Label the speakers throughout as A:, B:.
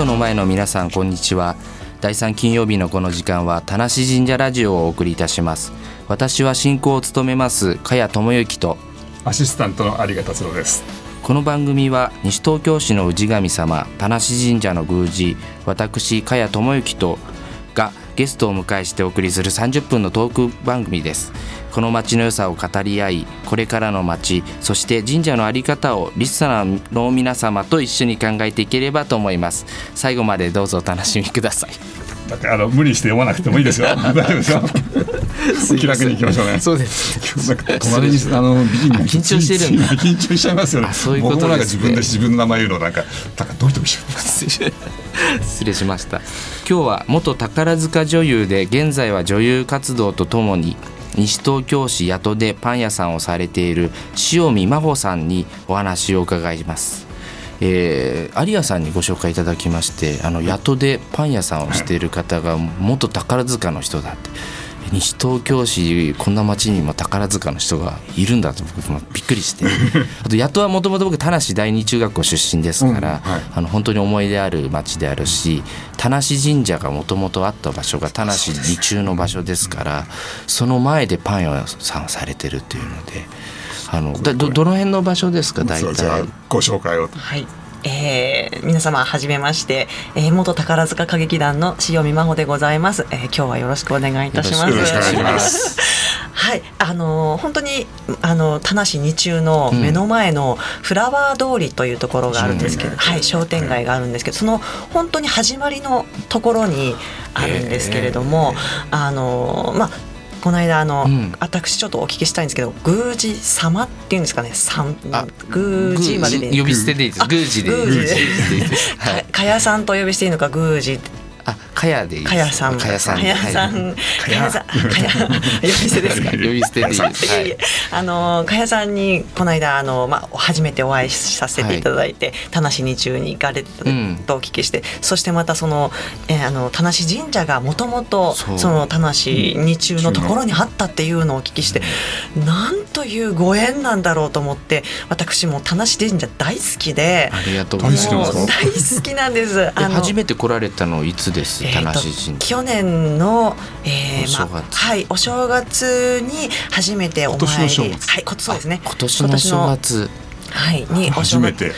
A: オの前の皆さんこんにちは第3金曜日のこの時間は田無神社ラジオをお送りいたします私は進行を務めます加谷智之と
B: アシスタントの有賀達郎です。
A: この番組は西東京市の氏神様田無神社の宮司私加谷智之とがゲストをお迎えしてお送りする30分のトーク番組ですこの街の良さを語り合いこれからの街そして神社の在り方をリスナーの皆様と一緒に考えていければと思います最後までどうぞお楽しみください
B: だからあの無理して読まなくてもい いですよ。大丈夫ですよ。気楽に行きましょうね。
A: そうです
B: なんか隣にあの美人が
A: あ緊張してるんだ
B: 緊張しちゃいますよね
A: あ。そういうことですね
B: 僕もなんか自分で自分の名前言うのなんかなんかドキドキしちゃう。
A: 失礼しました今日は元宝塚女優で現在は女優活動とともに西東京市八戸でパン屋さんをされている塩見真帆さんにお話を伺います、えー、有谷さんにご紹介いただきましてあの八戸でパン屋さんをしている方が元宝塚の人だって西東京市こんな町にも宝塚の人がいるんだと僕もびっくりして あと八戸はもともと僕田無第二中学校出身ですから、
B: うんはい
A: あの本当に思い出ある町であるし田無神社がもともとあった場所が田無二中の場所ですからその前でパン屋さんをされてるっていうのであのだどどの辺の場所ですか大
B: そうじゃあ
A: 体。。
B: ご紹介を。
C: はい。えー、皆様はじめまして、えー、元宝塚歌劇団の塩見真帆でございます、えー、今日はよろしくお願いいたします
B: よろしくお願いします
C: はい、あのー本当にあの田無二中の目の前のフラワー通りというところがあるんですけど、
B: うん
C: はい、商店街があるんですけど、その本当に始まりのところにあるんですけれども、あのーまあこの間あの、
A: うん
C: 私ちょっとお聞きしたいんですけど宮司様っていうんですかね、さん
A: あ
C: 宮司まででいい
A: 呼び捨てでいいです。宮司でいい
C: 宮司
A: です。は
C: か
A: い。
C: かやさんとお呼びしていいのか宮司
A: あ、かやでいいです。
C: かやさん
A: かやさん。
C: かやさん
A: はい
C: かやさんかや呼び捨てですか
A: 呼び捨てでいいです。はい
C: えい
A: い
C: え。あの加谷さんにこの間あの、まあ、初めてお会いさせていただいて、田無二中に行かれた
A: うん
C: とお聞きして、そしてまたその,、えーあの田無神社がもともと
A: そう
C: その田無二中のところにあったっていうのをお聞きして、なんというご縁なんだろうと思って私も田無神社大好きで。
A: ありがとうございます。
B: 大好きなん
C: もう
B: です
C: 大好きなんです。
A: え初めて来られたのいつです田無神
C: えーと
A: 社
C: 去年の、えー
A: お正
C: まあ、
A: 月
C: はいお正月に初めてお
B: 今年
C: 参
B: の正
C: り
B: 月
C: はいこそうですね
A: 今年の正月
C: はいにお
B: 初
C: 正
B: め
C: 月
B: て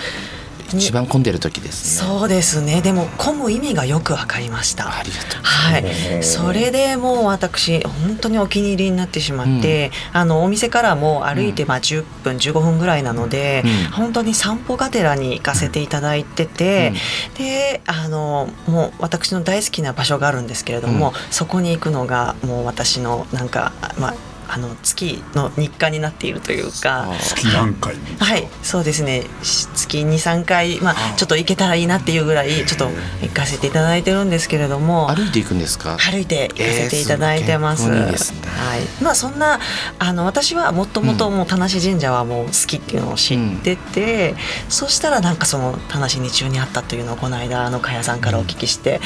C: に
A: 一番混んでる時ですね
C: そうですねでも混む意味がよくわかりました
A: ありがとうございま
C: はい、それでもう私本当にお気に入りになってしまって、あのお店からも歩いてまあ10分15分ぐらいなので、
A: うん
C: 本当に散歩がてらに行かせていただいてて、であのもう私の大好きな場所があるんですけれども、
A: うん
C: そこに行くのがもう私のなんかまああの月の日課になっているというか。
A: す
B: 月何回に
C: はい、そうですね。し月に3回、まあ、ちょっと行けたらいいなっていうぐらい、ちょっと行かせていただいてるんですけれども。
A: 歩いていくんですか
C: 歩いて行かせていただいてます。
A: えーすごい健康にいいですね
C: はい。まあそんなあの私はもともともう田無神社はもう好きっていうのを知ってて、そしたらなんかその田無に中にあったというのをこの間あの加谷さんからお聞きして、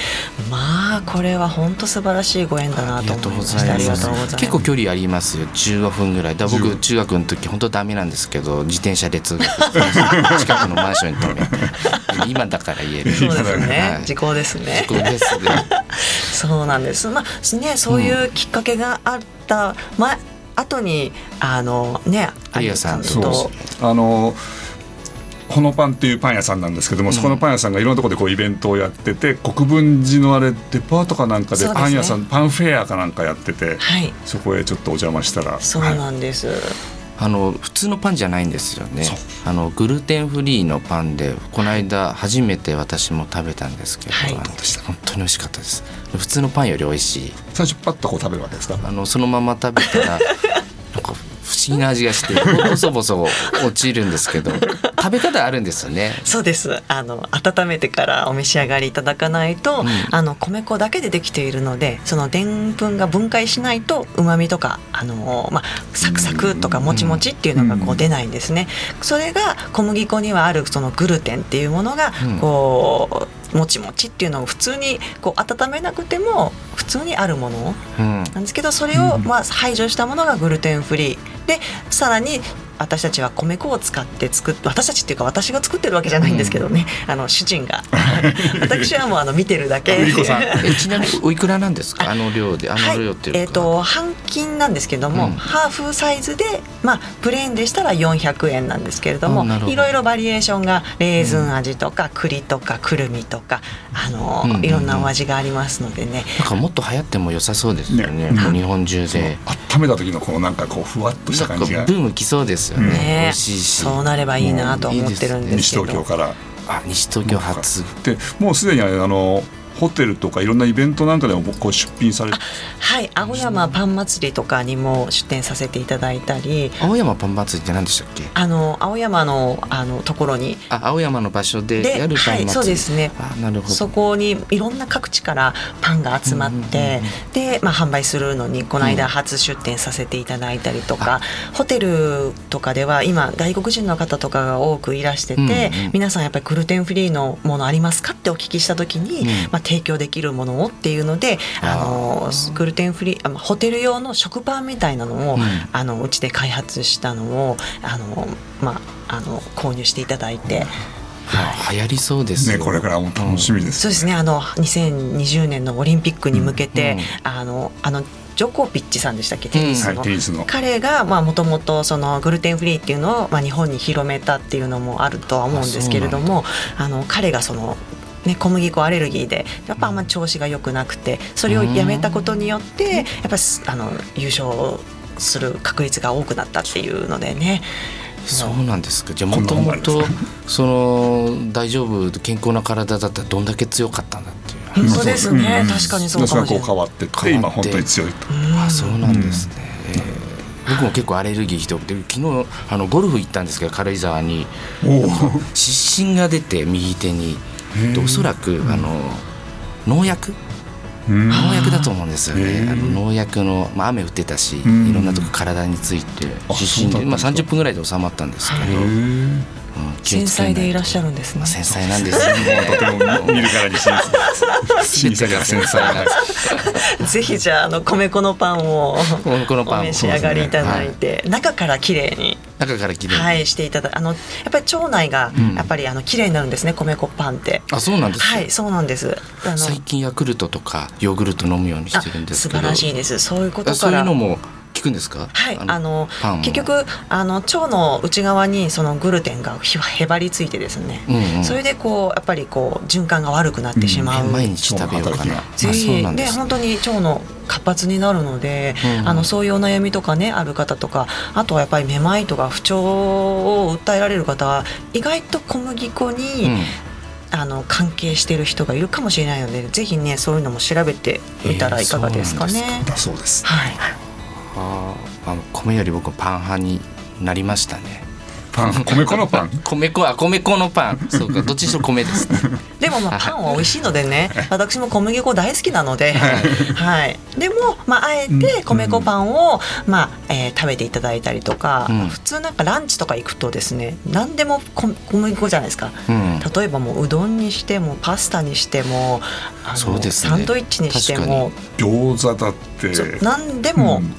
C: まあこれは本当素晴らしいご縁だな
A: あり
C: と
A: がとう
C: 思い
A: ご
C: ま
A: ざ
C: した。あり
A: いま
C: がと
A: す
C: うございます。
A: 結構距離ありますよ15分ぐらいだから僕中学の時本当ダメなんですけど自転車で通学してました近くのマンションに止 めて今だから言える
C: そうですね。
A: はい
C: 時効ですね。
A: 自己ベストで
C: そうなんです。まあね、そういうきっかけがあった前、後にあのね、
A: 有吉さんと
B: そう
C: と
B: ですあのほのパンっていうパン屋さんなんですけども、そこのパン屋さんがいろんなところでこうイベントをやってて国分寺のあれデパートかなんかで
C: そうですね
B: パン屋さん、パンフェアかなんかやってて、
C: はい、
B: そこへちょっとお邪魔したら
C: そうなんです。
A: あの普通のパンじゃないんですよね
B: そう
A: あのグルテンフリーのパンでこの間初めて私も食べたんですけど、
C: はい
A: あの本当に美味しかったです普通のパンより美味しい
B: 最初パッとこう食べるわけですか
A: あのそのまま食べたらなんか不思議な味がしてボソボソ落ちるんですけど食べ方あるんですよね
C: そうです。あの温めてからお召し上がりいただかないと、
A: うん
C: あの米粉だけでできているので、そのでんぷんが分解しないと旨味とかあのまあサクサクとかもちもちっていうのがこ
B: う
C: うん出ないんですね。それが小麦粉にはあるそのグルテンっていうものが
A: うん
C: こうもちもちっていうのを普通にこう温めなくても普通にあるもの
A: うん
C: なんですけどそれをまあ排除したものがグルテンフリーでさらに私たちは米粉を使って作っ私たちっていうか私が作ってるわけじゃないんですけどね、 あの主人が私はもうあの見てるだけ
B: あゆりこさん
A: えちなみにおいくらなんですかあの量であ
C: は
A: の
C: い
A: 量っていうか、
C: えっ、と半金なんですけど
A: う
C: も、
A: ん
C: ハーフサイズでまあプレーンでしたら400円なんですけれども、
A: うんなるほど
C: いろいろバリエーションがレーズン味とか栗とかくるみとかあの、
A: うんうんうん
C: いろんなお味がありますのでね、
A: なんかもっと流行っても良さそうですよね
B: ね
A: もう日本中で、
B: 温めた時のこうなんかこうふわっとした
A: なん
B: 感
A: か
B: じ
A: ブ
B: が
A: ーム来そうですよね、
C: ね
A: 美味しいし
C: そうなればいいなと思ってるんです
B: 西
C: けど、
B: 東京から
A: あ西東京発
B: でもうすでにあのホテルとかいろんなイベントなんかでもこう出品されて
C: はい青山パン祭りとかにも出店させていただいたり
A: 青山パン祭りって何でしたっけ
C: あの青山のあのところに
A: あ青山の場所でやるパン祭り、
C: はい、そうですね
A: あなるほど
C: そこにいろんな各地からパンが集まって、で、まあ、販売するのにこの間初出店させていただいたりとか、ホテルとかでは今外国人の方とかが多くいらしてて、
A: うんうん
C: 皆さんやっぱりグルテンフリーのものありますかってお聞きした時に、
A: うん
C: まあ、提供できるものをっていうのであのグルテンフリーあのホテル用の食パンみたいなのを、
A: うん
C: あのうちで開発したのをあの、まあ、あの購入していただいて。
A: は流行りそうです
B: ね
A: よ
B: これからも楽しみです、
C: そうですね。あの2020年のオリンピックに向けて、あのあのジョコビッチさんでしたっけテニスの。
B: はい、テニスの
C: 彼がまあもともとそのグルテンフリーっていうのをまあ日本に広めたっていうのもあるとは思うんですけれども、あの彼がそのね小麦粉アレルギーでやっぱあんま調子が良くなくて、それをやめたことによってやっぱすあの優勝する確率が多くなったっていうのでね。
A: そうなんですかじゃあ
B: こ
A: も
B: んな
A: と
B: もん
A: も
B: なんです
A: とその大丈夫健康な体だったらどんだけ強かったんだっていう話
C: 本当ですね。
B: ん
C: 確かにそうかもしれ
B: それがこう
C: ない
B: 変。わってって
A: 変わ
B: 今
A: って
B: 本当に強いと
A: あそうなんですね、えー僕も結構アレルギーひどくて昨日あのゴルフ行ったんですけど軽井沢に
B: おお
A: 湿疹が出て右手に
B: へ
A: で
B: ー
A: おそらくあの農薬
B: うん
A: 農薬だと思うんですよ
B: へ
A: ね
B: ー
A: あの農薬の、まあ、雨降ってたしい
B: ん
A: ろんなとこ体について
B: あ
A: 湿疹で、
B: そうだったん
A: ま
B: で
A: あ、
B: すか
A: 30分ぐらいで収まったんですけど、うん、
B: へえ
A: 気を
C: 繊
A: つけな
C: 細でいらっ
A: と
C: しゃるんですね
A: まあ、。繊細なんですよ ね
B: もうとても見るからにし
A: 全てが繊細なんです
C: ぜひじゃああの米粉のパンを
A: 米粉のパン
C: お
A: を
C: 召し上がりいただいて、中から綺麗に
A: 中から切れる、
C: はいしていただあのやっぱり腸内が
A: うん
C: やっぱりあの綺麗になるんですね米粉パンって。
A: あそうなんですよ
C: はいそうなんです。あの
A: 最近ヤクルトとかヨーグルト飲むようにしてるんで
C: あ
A: す
C: 素
A: けど
C: 晴らしいです。そういうこと
A: あ
C: か
A: そう
C: ら。
A: いうのも聞くんですか
C: はい、あの
A: パンも
C: 結局あの腸の内側にそのグルテンがひへばりついてですね、
A: うんうん
C: それでこうやっぱりこう循環が悪くなってしまう、
A: え毎日食べようか
B: そう
A: な
B: なん
A: ま
C: ぜ
A: あ
C: ひ、
A: そうなん
C: で
A: ですね
C: 本当に腸の活発になるので、
A: うん
C: あのそういうお悩みとかねある方とかあとはやっぱりめまいとか不調を訴えられる方は意外と小麦粉に、あの関係している人がいるかもしれないのでぜひねそういうのも調べてみたらいかがですかね。
A: えーそうなん
B: だそうです
C: はい
A: あーあの米より僕パン派になりましたね
B: パン米粉のパン
A: 米粉あ米粉のパン そうかどっちにしろ米ですね
C: でもまあパンは美味しいのでね私も小麦粉大好きなので、はい、でも、まあ、あえて米粉パンを、まあえー食べていただいたりとか、
A: うん
C: 普通なんかランチとか行くとですね何でもこ小麦粉じゃないですか。
A: うん
C: 例えばもううどんにしてもパスタにしてもあの
A: そうですね
C: サンドイッチにしても
B: 餃子だっ
C: そう
B: て
C: 何でも
B: うん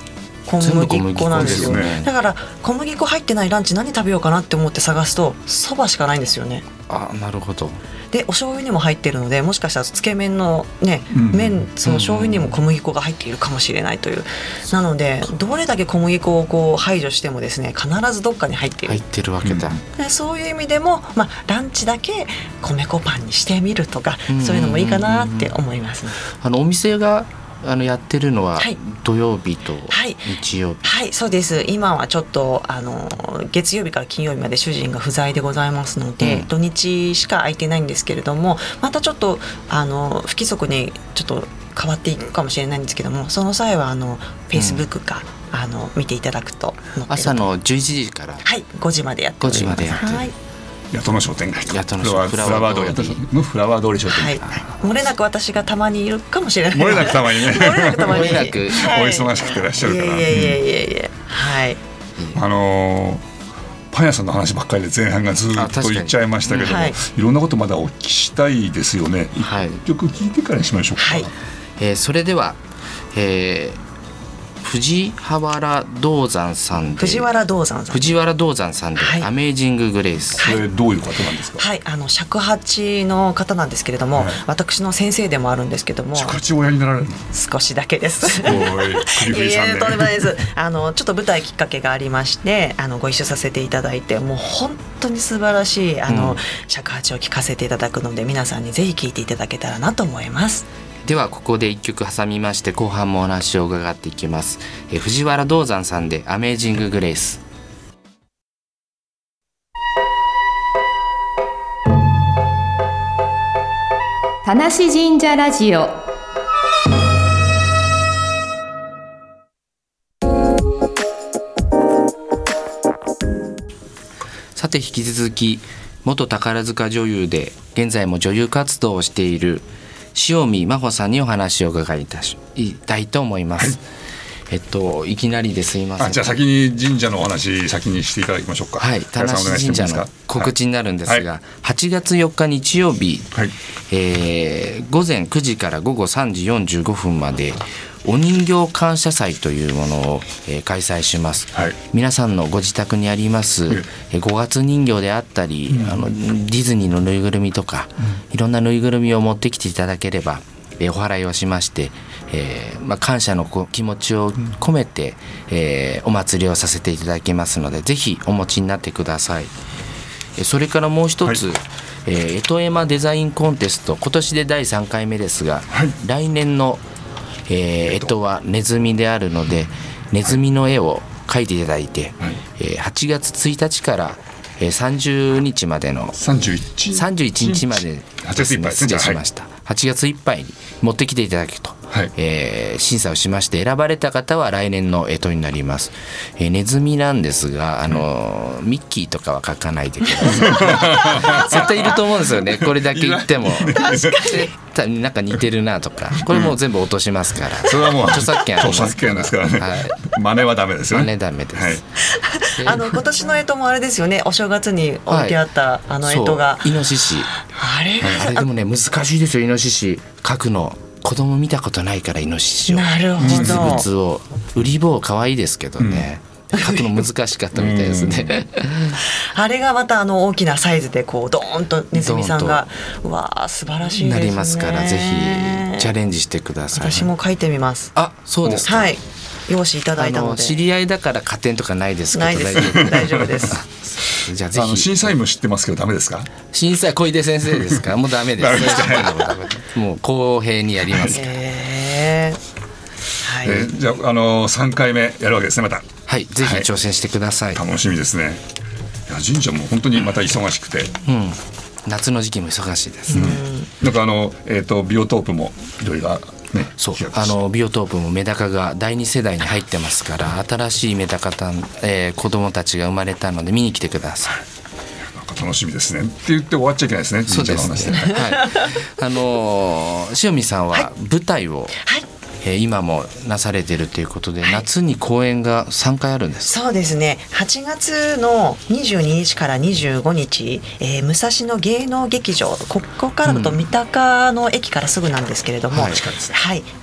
C: 小麦粉なんです
B: 全部小麦粉
C: よ、
B: です
A: ね
C: だから小麦粉入ってないランチ何食べようかなって思って探すとそばしかないんですよね。
A: あなるほど
C: でお醤油にも入ってるのでもしかしたらつけ麺のね、
B: うん
C: 麺その醤油にも小麦粉が入っているかもしれないという、なのでどれだけ小麦粉をこう排除してもですね必ずどっかに入っている、
A: 入ってるわけだ、
B: うん
C: でそういう意味でも、まあ、ランチだけ米粉パンにしてみるとか、
A: うん
C: そういうのもいいかなって思いますね、
A: あのお店があのやってるのは
C: はい
A: 土曜日と
C: はい
A: 日曜日、
C: はいそうです今はちょっとあの月曜日から金曜日まで主人が不在でございますので、
A: うん
C: 土日しか空いてないんですけれどもまたちょっとあの不規則にちょっと変わっていくかもしれないんですけどもその際はあの Facebook か、あの見ていただくと載ってる
A: 朝の11時から
C: はい5時までやっております
A: 5時までやってる
C: はい
B: 八戸の商店街と
A: 八戸の
B: フ
A: 商
B: ラワー
A: フ
B: フ
A: ラ
B: ラ
A: ワ
B: ワ
A: ー通り
B: ー通りのフラワー通り商店
C: は
B: 街
C: い、漏れなく私がたまにいるかもしれない
B: 漏れなくたまにね
C: 漏れなくたま
A: 漏
C: に
A: れなく
B: お忙しくてらっしゃるから
C: いえいえいえいえいえはい
B: あのーパン屋さんの話ばっかりで前半がず
A: あ
B: っ
A: 確
B: と
A: かに
B: 言っちゃいましたけども、
C: うんはい
B: い、ろんなことまだお聞きしたいですよね。
A: はい
B: 一曲聞いてからにしましょうか。
C: はい
A: えーそれでは、えー藤原道山さんで
C: 藤原道山さん
A: 藤原道山さんで、
C: はい
A: アメージング・グレイス」
B: それどういう方なんですか、
C: はい、あの尺八の方なんですけれども、
B: はい
C: 私の先生でもあるんですけども、
B: 尺八をおやりになられるの
C: 少しだけです。
B: おい首振
C: い
B: りさん
C: や
B: で
C: いやとんでもないです。あのちょっと舞台きっかけがありまして、あのご一緒させていただいて、もう本当に素晴らしいあの、
A: うん
C: 尺八を聴かせていただくので、皆さんにぜひ聴いていただけたらなと思います。
A: ではここで一曲挟みまして後半もお話を伺っていきます、えー藤原道山さんで「アメージング・グレイス」
D: 田無神社ラジオ
A: さて引き続き元宝塚女優で現在も女優活動をしている塩見真帆さんにお話を伺いたしいたいと思います、えっといきなりですいません
B: あじゃあ先に神社のお話先にしていただきましょうか
A: はい田無
B: 林さんお願いし
A: 神
B: てもいい
A: 社
B: です
A: の
B: か
A: 告知になるんです
B: はい
A: が、8月4日日曜日、
B: はい
A: えー午前9時から午後3時45分までお人形感謝祭というものを、えー開催します、
B: はい
A: 皆さんのご自宅にあります、
B: え
A: えー五月人形であったり、あのディズニーのぬいぐるみとか、いろんなぬいぐるみを持ってきていただければ、えーお祓いをしまして、えーまあ、感謝のこ気持ちを込めて、えーお祭りをさせていただきますのでぜひお持ちになってください。えーそれからもう一つ、
B: はい
A: えー、エトエマデザインコンテスト今年で第3回目ですが、来年の、えー、エトはネズミであるのでネズミの絵を描いていただいて、えー8月1日から、えー、30日までの
B: 31
A: 31日まで
B: 8月いっぱいで
A: 失
B: すねじ
A: 礼
B: ゃあ
A: しました、8月いっぱいに持ってきていただくと、
B: はい
A: えー審査をしまして選ばれた方は来年の干支になります、えーネズミなんですがあのーミッキーとかは書かないでくださ い絶対いると思うんですよねこれだけ言っても確かに なんか似てるなとかこれもう全部落としますから、
B: それはもう
A: 著作権あります
B: 著作権ですからね、
A: は
B: 真似はダメですよね
A: 真似ダメです
B: はい
A: で
C: あの今年の干支もあれですよね。お正月に置いてあった、あの干支が
A: そうイノシシ
C: あれが、
A: あれでもね難しいですよイノシシ書くの子供見たことないからイノシシを
C: なるほど。
A: 実物を売り棒可愛いですけどね、書くの難しかったみたいですね、
C: あれがまたあの大きなサイズでこうドーンとネズミさんがうわあ素晴らしいです
A: な
C: ね。
A: りますからぜひチャレンジしてください
C: 私も書いてみます。
A: あそうですか、
C: はい、用紙いただ
A: あ
C: いたの
A: の
C: で。
A: 知り合いだから加点とかないですけど
C: ないです。大丈夫です。
A: す じゃあぜ
B: あの
A: ひ
B: 審査員も知ってますけどダメですか
A: 審査小出先生ですからもうダメです
B: ダメで す
A: それはもうダメですもう公平にやります
C: ええはい。
B: えーじゃあ、あのー、3回目やるわけですねまた
A: はいぜひ挑戦してください、
B: 楽しみですねいや神社も本当にまた忙しくて、
A: うん、夏の時期も忙しいですね、
B: なんかあの、えー、とビオトープもいろいろね
A: そう
B: 企画
A: あ
B: して
A: のビオトープもメダカが第二世代に入ってますから新しいメダカたん、えー、子供たちが生まれたので見に来てください。
B: なんか楽しみですねって言って終わっちゃいけないですね
A: そう
B: 神社
A: で
B: の
A: す
B: 話で
A: ね。はい。あのー、塩見さんは舞台を、
C: はい。
A: えー今もなされてるということで、夏に公演が3回あるんです。
C: そうですね。8月の22日から25日、えー武蔵野芸能劇場、ここからだと三鷹の駅からすぐなんですけれども、
A: は
C: はいい、
A: 近いで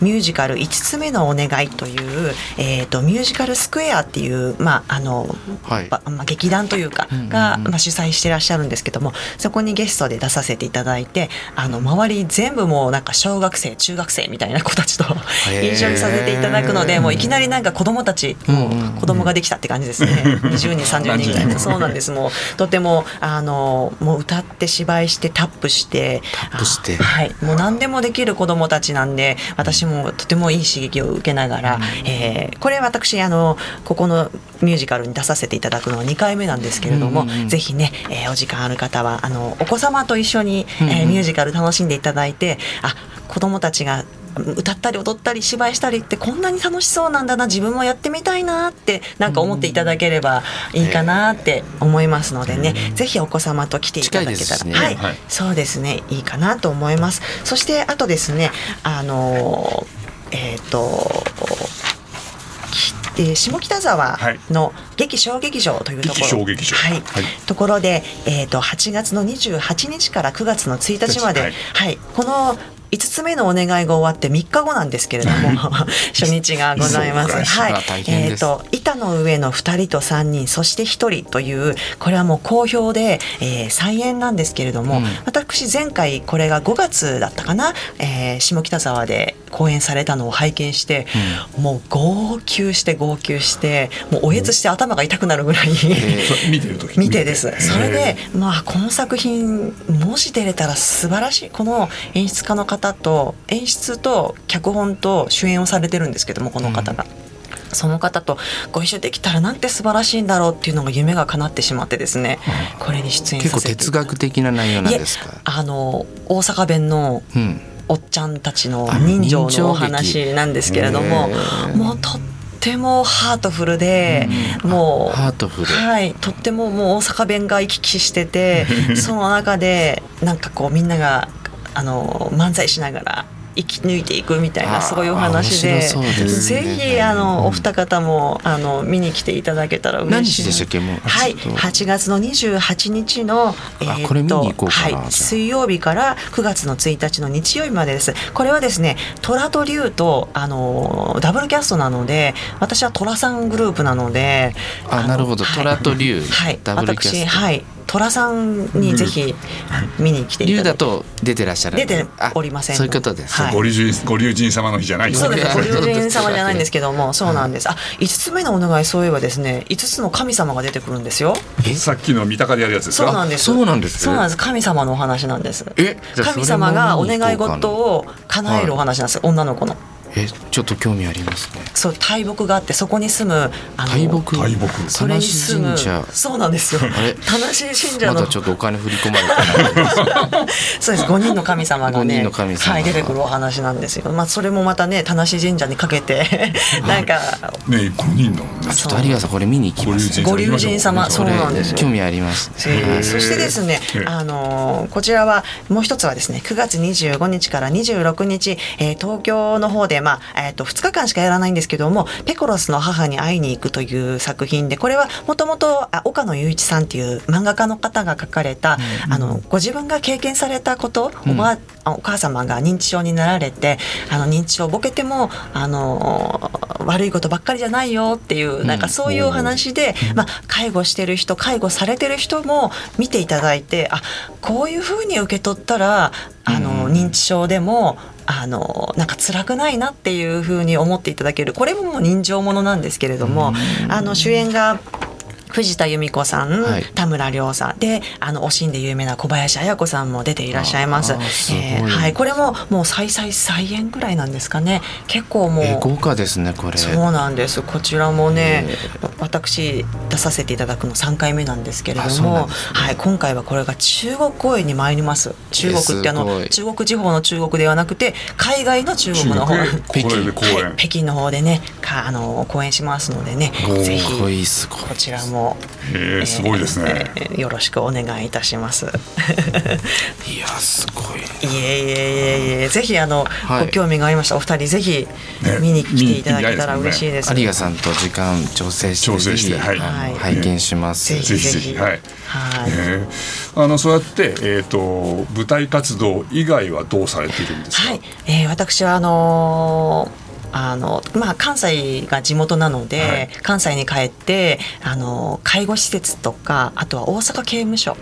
C: ミュージカル5つ目のお願いという、えっ、とミュージカルスクエアっていうまああの、
A: はい
C: ばまあ、劇団というか
A: んうんうん
C: が、まあ、主催してらっしゃるんですけども、そこにゲストで出させていただいて、あの周り全部もうなんか小学生、中学生みたいな子たちと
A: へー
C: 一緒にさせていただくので、もういきなりなんか子供たち、もう子供ができたって感じですね。20人、30人ぐらい
B: 何十人
C: の。そうなんです。もうとてもあのもう歌って芝居してタップして、
A: タップして
C: あはい、もう何でもできる子供たちなんで、私もとてもいい刺激を受けながら、えーこれ私あのここのミュージカルに出させていただくのは2回目なんですけれども、
A: うんうんうん
C: ぜひね、えーお時間ある方はあのお子様と一緒に、えー
A: うんうん
C: ミュージカル楽しんでいただいてあ子供たちが歌ったり踊ったり芝居したりってこんなに楽しそうなんだな自分もやってみたいなってなんか思っていただければいいかなって思いますのでね、ぜひお子様と来ていただけ
A: 近
C: た
A: いです
C: ら、
A: ね
C: はい
B: はい
C: そうですねいいかなと思いますそしてあとですねあのーえっ、ときえー下北沢の劇小劇場というところ、
B: 劇小劇場
C: はい
B: はい
C: ところで、えー、と8月の28日から9月の1日まで、
B: は
C: はいいこの5つ目のお願いが終わって3日後なんですけれども 初日がございます。
B: そうか
C: はい
A: あ大、変
C: え
A: で
C: っ
A: す
C: と板の上の2人と3人そして1人というこれはもう好評で、えー再演なんですけれども、
A: うん
C: 私前回これが5月だったかな、えー下北沢で公演されたのを拝見して、もう号泣して号泣してもうおえつして頭が痛くなるぐらい。
A: え
B: それ見てる時
C: 見てですそれで
B: えー
C: まあこの作品もし出れたら素晴らしいこの演出家の方と演出と脚本と主演をされてるんですけどもこの方が。その方とご一緒できたらなんて素晴らしいんだろうっていうのが夢が叶ってしまってですねこれに出演
A: 結
C: さ
A: 構
C: せて
A: 哲学的な内容なん
C: いえ
A: ですか。
C: あの大阪弁の
A: うん。
C: おっちゃんたちの
A: あ
C: 人情
A: 人情劇
C: のお話なんですけれども
A: へー
C: もうとってもハートフルで、もう
A: ハートフル。
C: はい、とってももう大阪弁が行き来し ててその中でなんかこうみんながあの漫才しながら生き抜いていくみたい
A: あー
C: なそういう話で
A: 面白そうですね
C: ぜひあ
A: うん
C: のお二方もあの見に来ていただけたら嬉
A: 何
C: し
A: 日
C: いな
A: でしたっけもう。
C: はい、
A: ちょっと
C: 8月の28日の、ーっ
A: これ見に行こうかな
C: はい、水曜日から9月の1日の日曜日までです。これはですね、虎と竜とあのーダブルキャストなので、私は虎さんグループなので、
A: あ
C: の
A: なるほど
C: はい
A: 虎と竜
C: はい、
A: ダブルキャスト
C: 私はい、虎さんにぜひ見に来てい
A: 竜
C: ただ
A: だ
C: いて。
A: と出てらっしゃる。
C: 出ておりません
A: あそういうことです。
C: はい
B: ご龍神ご龍神様の日じゃないよ
C: そうで す。
A: ご
C: ご
A: 竜
C: 友
A: 神
C: 人様じゃないんですけど も、そうなんです。あ、5つ目のお願い、そういえばですね、5つの神様が出てくるんですよ。
A: え
B: さっきの三鷹でやるやつです
C: そうな
B: か
C: んです。
A: そうなんです
C: そうなんです。神様のお話なんです。
A: えじゃあそれも
C: 神様がお願い事を叶えるお話なんですよ、女の子の。
A: えちょっと興味ありますね。
C: そう大木があってそこに住むあの
A: 大木。
B: 大木
C: それに
A: 田
C: 住
A: 無
C: む
A: 神社。
C: そうなんですよ
A: あれ
C: 田無神社
A: ま
C: の、
A: だちょっとお金振り込まれて ない。
C: そうです5人の神様が
A: 五人
C: ね
A: の神様が
C: はい、出てくるお話なんですよ、まあ、それもまたね田無神社にか けてなんか
B: ね五人だもんね
A: ちょっと有賀さんこれ見に行きますね。
C: ご竜神様
B: そ
C: そう
A: これ
C: なんですよ
A: 興味ありますね。
C: えーそしてですね
B: え、ー
C: あのーこちらはもう一つはですね、9月25日から26日、えー東京の方で、まあえー、と2日間しかやらないんですけども、ペコロスの母に会いに行くという作品で、これはもともと岡野雄一さんっていう漫画家の方が書かれた、あのご自分が経験されたこと、おばああお母様が認知症になられてあの認知症ボケてもあのー悪いことばっかりじゃないよっていうなんかそういうお話で、まあ、介護してる人介護されてる人も見ていただいてあこういうふうに受け取ったらあの、認知症でもあのなんか辛くないなっていうふうに思っていただけるこれももう人情ものなんですけれども、あの主演が藤田由美子さん、
A: はい
C: 田村亮さんであのおしんで有名な小林綾子さんも出ていらっしゃいます
A: あーすごい
C: えーはい、これももう再再再演ぐらいなんですかね結構もう、
A: え豪華ですねこれ。
C: そうなんですこちらもね、私出させていただくの3回目なんですけれ
A: あ
C: ど
A: そうなん
C: も、
A: ですね
C: はい、今回はこれが中国公演に参ります中国ってあ
A: すご
C: の
A: い
C: 中国地方の中国ではなくて海外の中国の方
B: 中国
A: 北京
B: これで公
C: はい
B: 演
C: 北京の方でねかあの公演しますのでねぜひ
A: ご
C: こ
A: いすごい。
C: ちらも、
B: えーすごいですね
C: えーよろしくお願いいた します。
A: いやすごい。
C: いえいえいえいえ、ぜひあの、
A: はい
C: ご興味がありましたお二人ぜひ
B: ね
C: 見に来ていただけたら嬉しいです。
A: 有賀さんと時間調整して
B: 調整して
A: ぜひ
B: はい
A: あの
B: はい
A: 拝見します。
C: ぜひ
B: ぜひぜひはい
C: はい。
B: えーあのそうやってえっと舞台活動以外はどうされているんですか
C: はい、えー私はあのーあのまあ、関西が地元なので、
B: はい
C: 関西に帰ってあの介護施設とかあとは大阪刑務所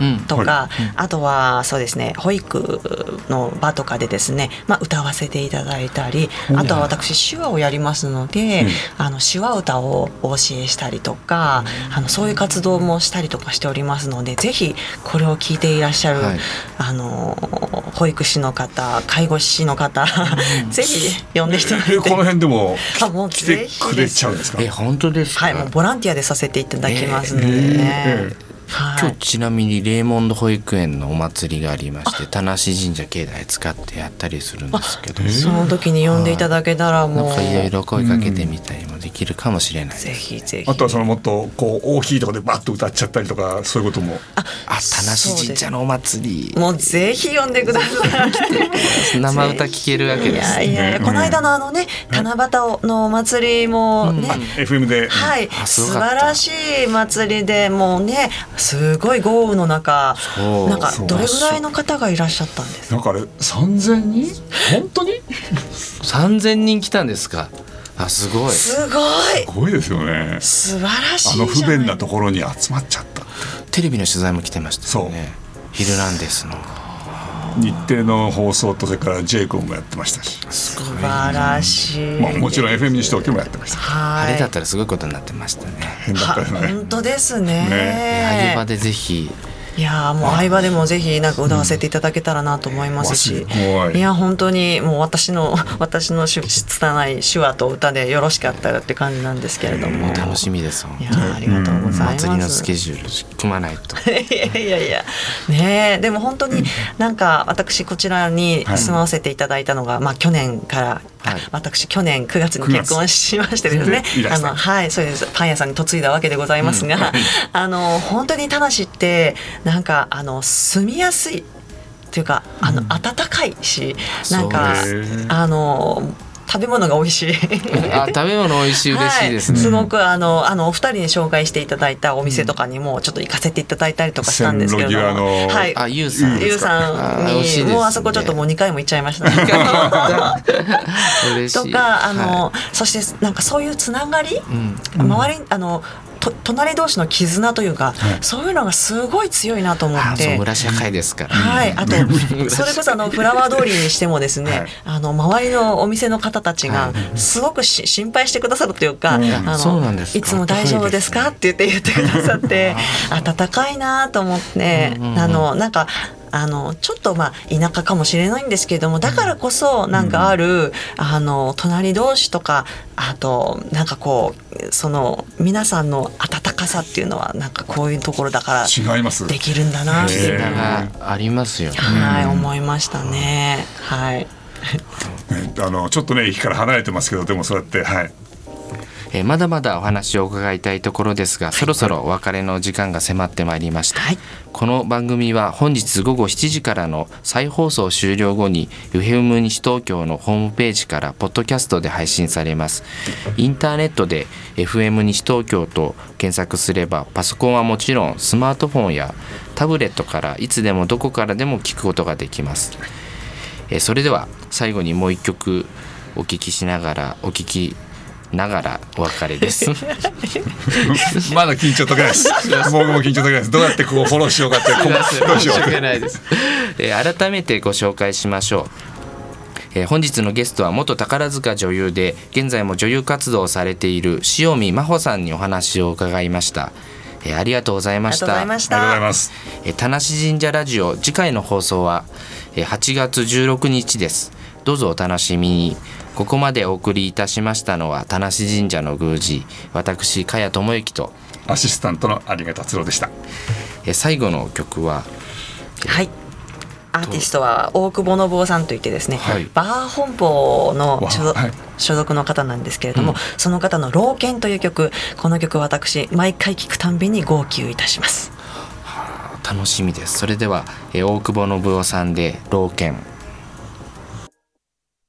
A: うん。
C: とか、
B: は
C: あとはそうですね保育の場とかでですね、まあ、歌わせていただいたりあとは私手話をやりますので、あの手話歌をお教えしたりとか、あのそういう活動もしたりとかしておりますのでぜひこれを聞いていらっしゃる、
A: はい
C: あの保育士の方介護士の方、ぜひ呼んでいただい
B: えーこの
C: て。
B: 辺でも
C: あもう
B: 来
C: ぜ
B: て
C: ひ
B: くれちゃうんですか
A: え本当ですか。
C: はい、もうボランティアでさせていただきますのでね。
B: えーえー
C: はい
A: 今日ちなみにレーモンド保育園のお祭りがありまして田無神社境内使ってやったりするんですけど
C: その時に呼んでいただけたらもう、
A: なんかいろいろ声かけてみたりもでききるかもしれない
C: ぜひぜひ
B: あとはそのもっとこう大きいところでバッと歌っちゃったりとかそういうことも
A: あ田無神社のお祭り
C: もうぜひ読んでください。
A: 生歌聴けるわけですね
C: いやいや、この間のあのね、七夕のお祭りもね。
B: FM で、
C: はい、
A: あす
C: 素
A: ごかった
C: 晴らしい祭りでもうねすごい豪雨の中
A: そう
C: なんか
A: そう
C: どれぐらいの方がいらっしゃったんですか
B: なんかあれ3000人本当に
A: 3000人来たんですかあすごい
C: すごい
B: すごいですよね
C: 素晴らしい
B: あ
C: じ
B: の
C: ゃない
B: 不便なところに集まっちゃった
A: テレビの取材も来てましたよね「ヒルナンデス」の
B: 日程の放送とそれからジェイコンもやってましたし、
C: 素晴らしい、
B: まあ、もちろん FM にしておきもやってました
C: は
A: あ
C: い
A: れだったらすごいことになってましたね
B: 変だった
C: は
B: よね
C: 本当ですね
B: ね
A: あげ場でぜひ
C: いやーもう相場でもぜひなんか歌わせていただけたらなと思います
B: う
C: し、
B: んうん
C: いや本当にもう私の 私のし拙い手話と歌でよろしかったらって感じなんですけれども、
A: もう楽しみです
C: い
A: 本
C: や
A: 当に
C: ーありがとうございます。
A: 祭りのスケジュール組まないと
C: いやいやいやねえでも本当になんか私こちらに住まわせていただいたのが、まあ去年から、あ
A: はい
C: 私去年9月に結婚しましてですね
B: でいら
C: あ
B: した
C: のはいそうですパン屋さんに嫁いだわけでございますが、あの本当に田無ってなんかあの住みやすいっていうかあの暖かいし、なんか
A: そう
B: です
C: あの食べ物が美味しい。
A: あ食べ物美味しい嬉しいですね、
C: はい、すごくあのあのお二人に紹介していただいたお店とかにもちょっと行かせていただいたりとかしたんですけれど
B: 線路
C: も、
B: 際の
C: はい、
A: あゆうさん
C: ゆうさん
A: あー美味しい
C: に
A: ですね
C: もうあそこちょっともう2回も行っちゃいました、ね、
A: 嬉しい
C: とかあの、
A: は
C: そしてなんかそういうつながり、
A: いうん
C: 周りあのと隣同士の絆というか、そういうのがすごい強いなと思
A: あ
C: っ
A: そう
C: て。
A: 村社会ですから、
C: はい、あとそれこそあのフラワー通りにしてもですね、
B: はい
C: あの周りのお店の方たちが
A: は
C: すごくし心配してくださるというか、
B: うん
C: あ
A: そうな
C: の
A: んですか
C: いつも大丈夫ですかって言って言ってくださ って温かいなと思って、
A: うんうんうん
C: あのなんか。あのちょっとまあ田舎かもしれないんですけれどもだからこそなんかある、あの隣同士とかあとなんかこうその皆さんの温かさっていうのはなんかこういうところだから
B: 違います
C: できるんだなっていう
B: へえ
A: 絆がありますよね
C: はい、思いましたね。はい。
B: ねあのちょっとね駅から離れてますけどでもそうやってはい
A: えーまだまだお話を伺いたいところですが、そろそろお別れの時間が迫ってまいりました、
C: はい
A: この番組は本日午後7時からの再放送終了後にウヘム西東京のホームページからポッドキャストで配信されますインターネットで FM 西東京と検索すればパソコンはもちろんスマートフォンやタブレットからいつでもどこからでも聞くことができますえーそれでは最後にもう一曲お聞きしながらお聞きながらお別れです
B: まだ緊張解けない です僕も緊張解けないですどうやってここフォローしようかってこうどうしよう
A: 訳ないです、 えー改めてご紹介しましょうえー本日のゲストは元宝塚女優で現在も女優活動をされている塩見真帆さんにお話を伺いました、えーありがとうござい
C: あ
A: ま
C: りが
A: し
C: とうござ
A: た
C: いま
B: あ
C: し
B: りがとうござい
C: た。
B: ます
A: えー田無神社ラジオ次回の放送はえー8月16日ですどうぞお楽しみにここまでお送りいたしましたのは田無神社の宮司私加谷智之と
B: アシスタントの有賀達郎でした
A: えー最後の曲は
C: はい。アーティストは大久保信夫さんといってですね、
A: はい
C: バー本舗の所
B: わ
C: 属,、
B: はい
C: 所属の方なんですけれども、
A: うん
C: その方の「老犬」という曲この曲私毎回聴くたんびに号泣いたします。
A: 楽しみですそれでは、えー大久保信夫さんで「老犬」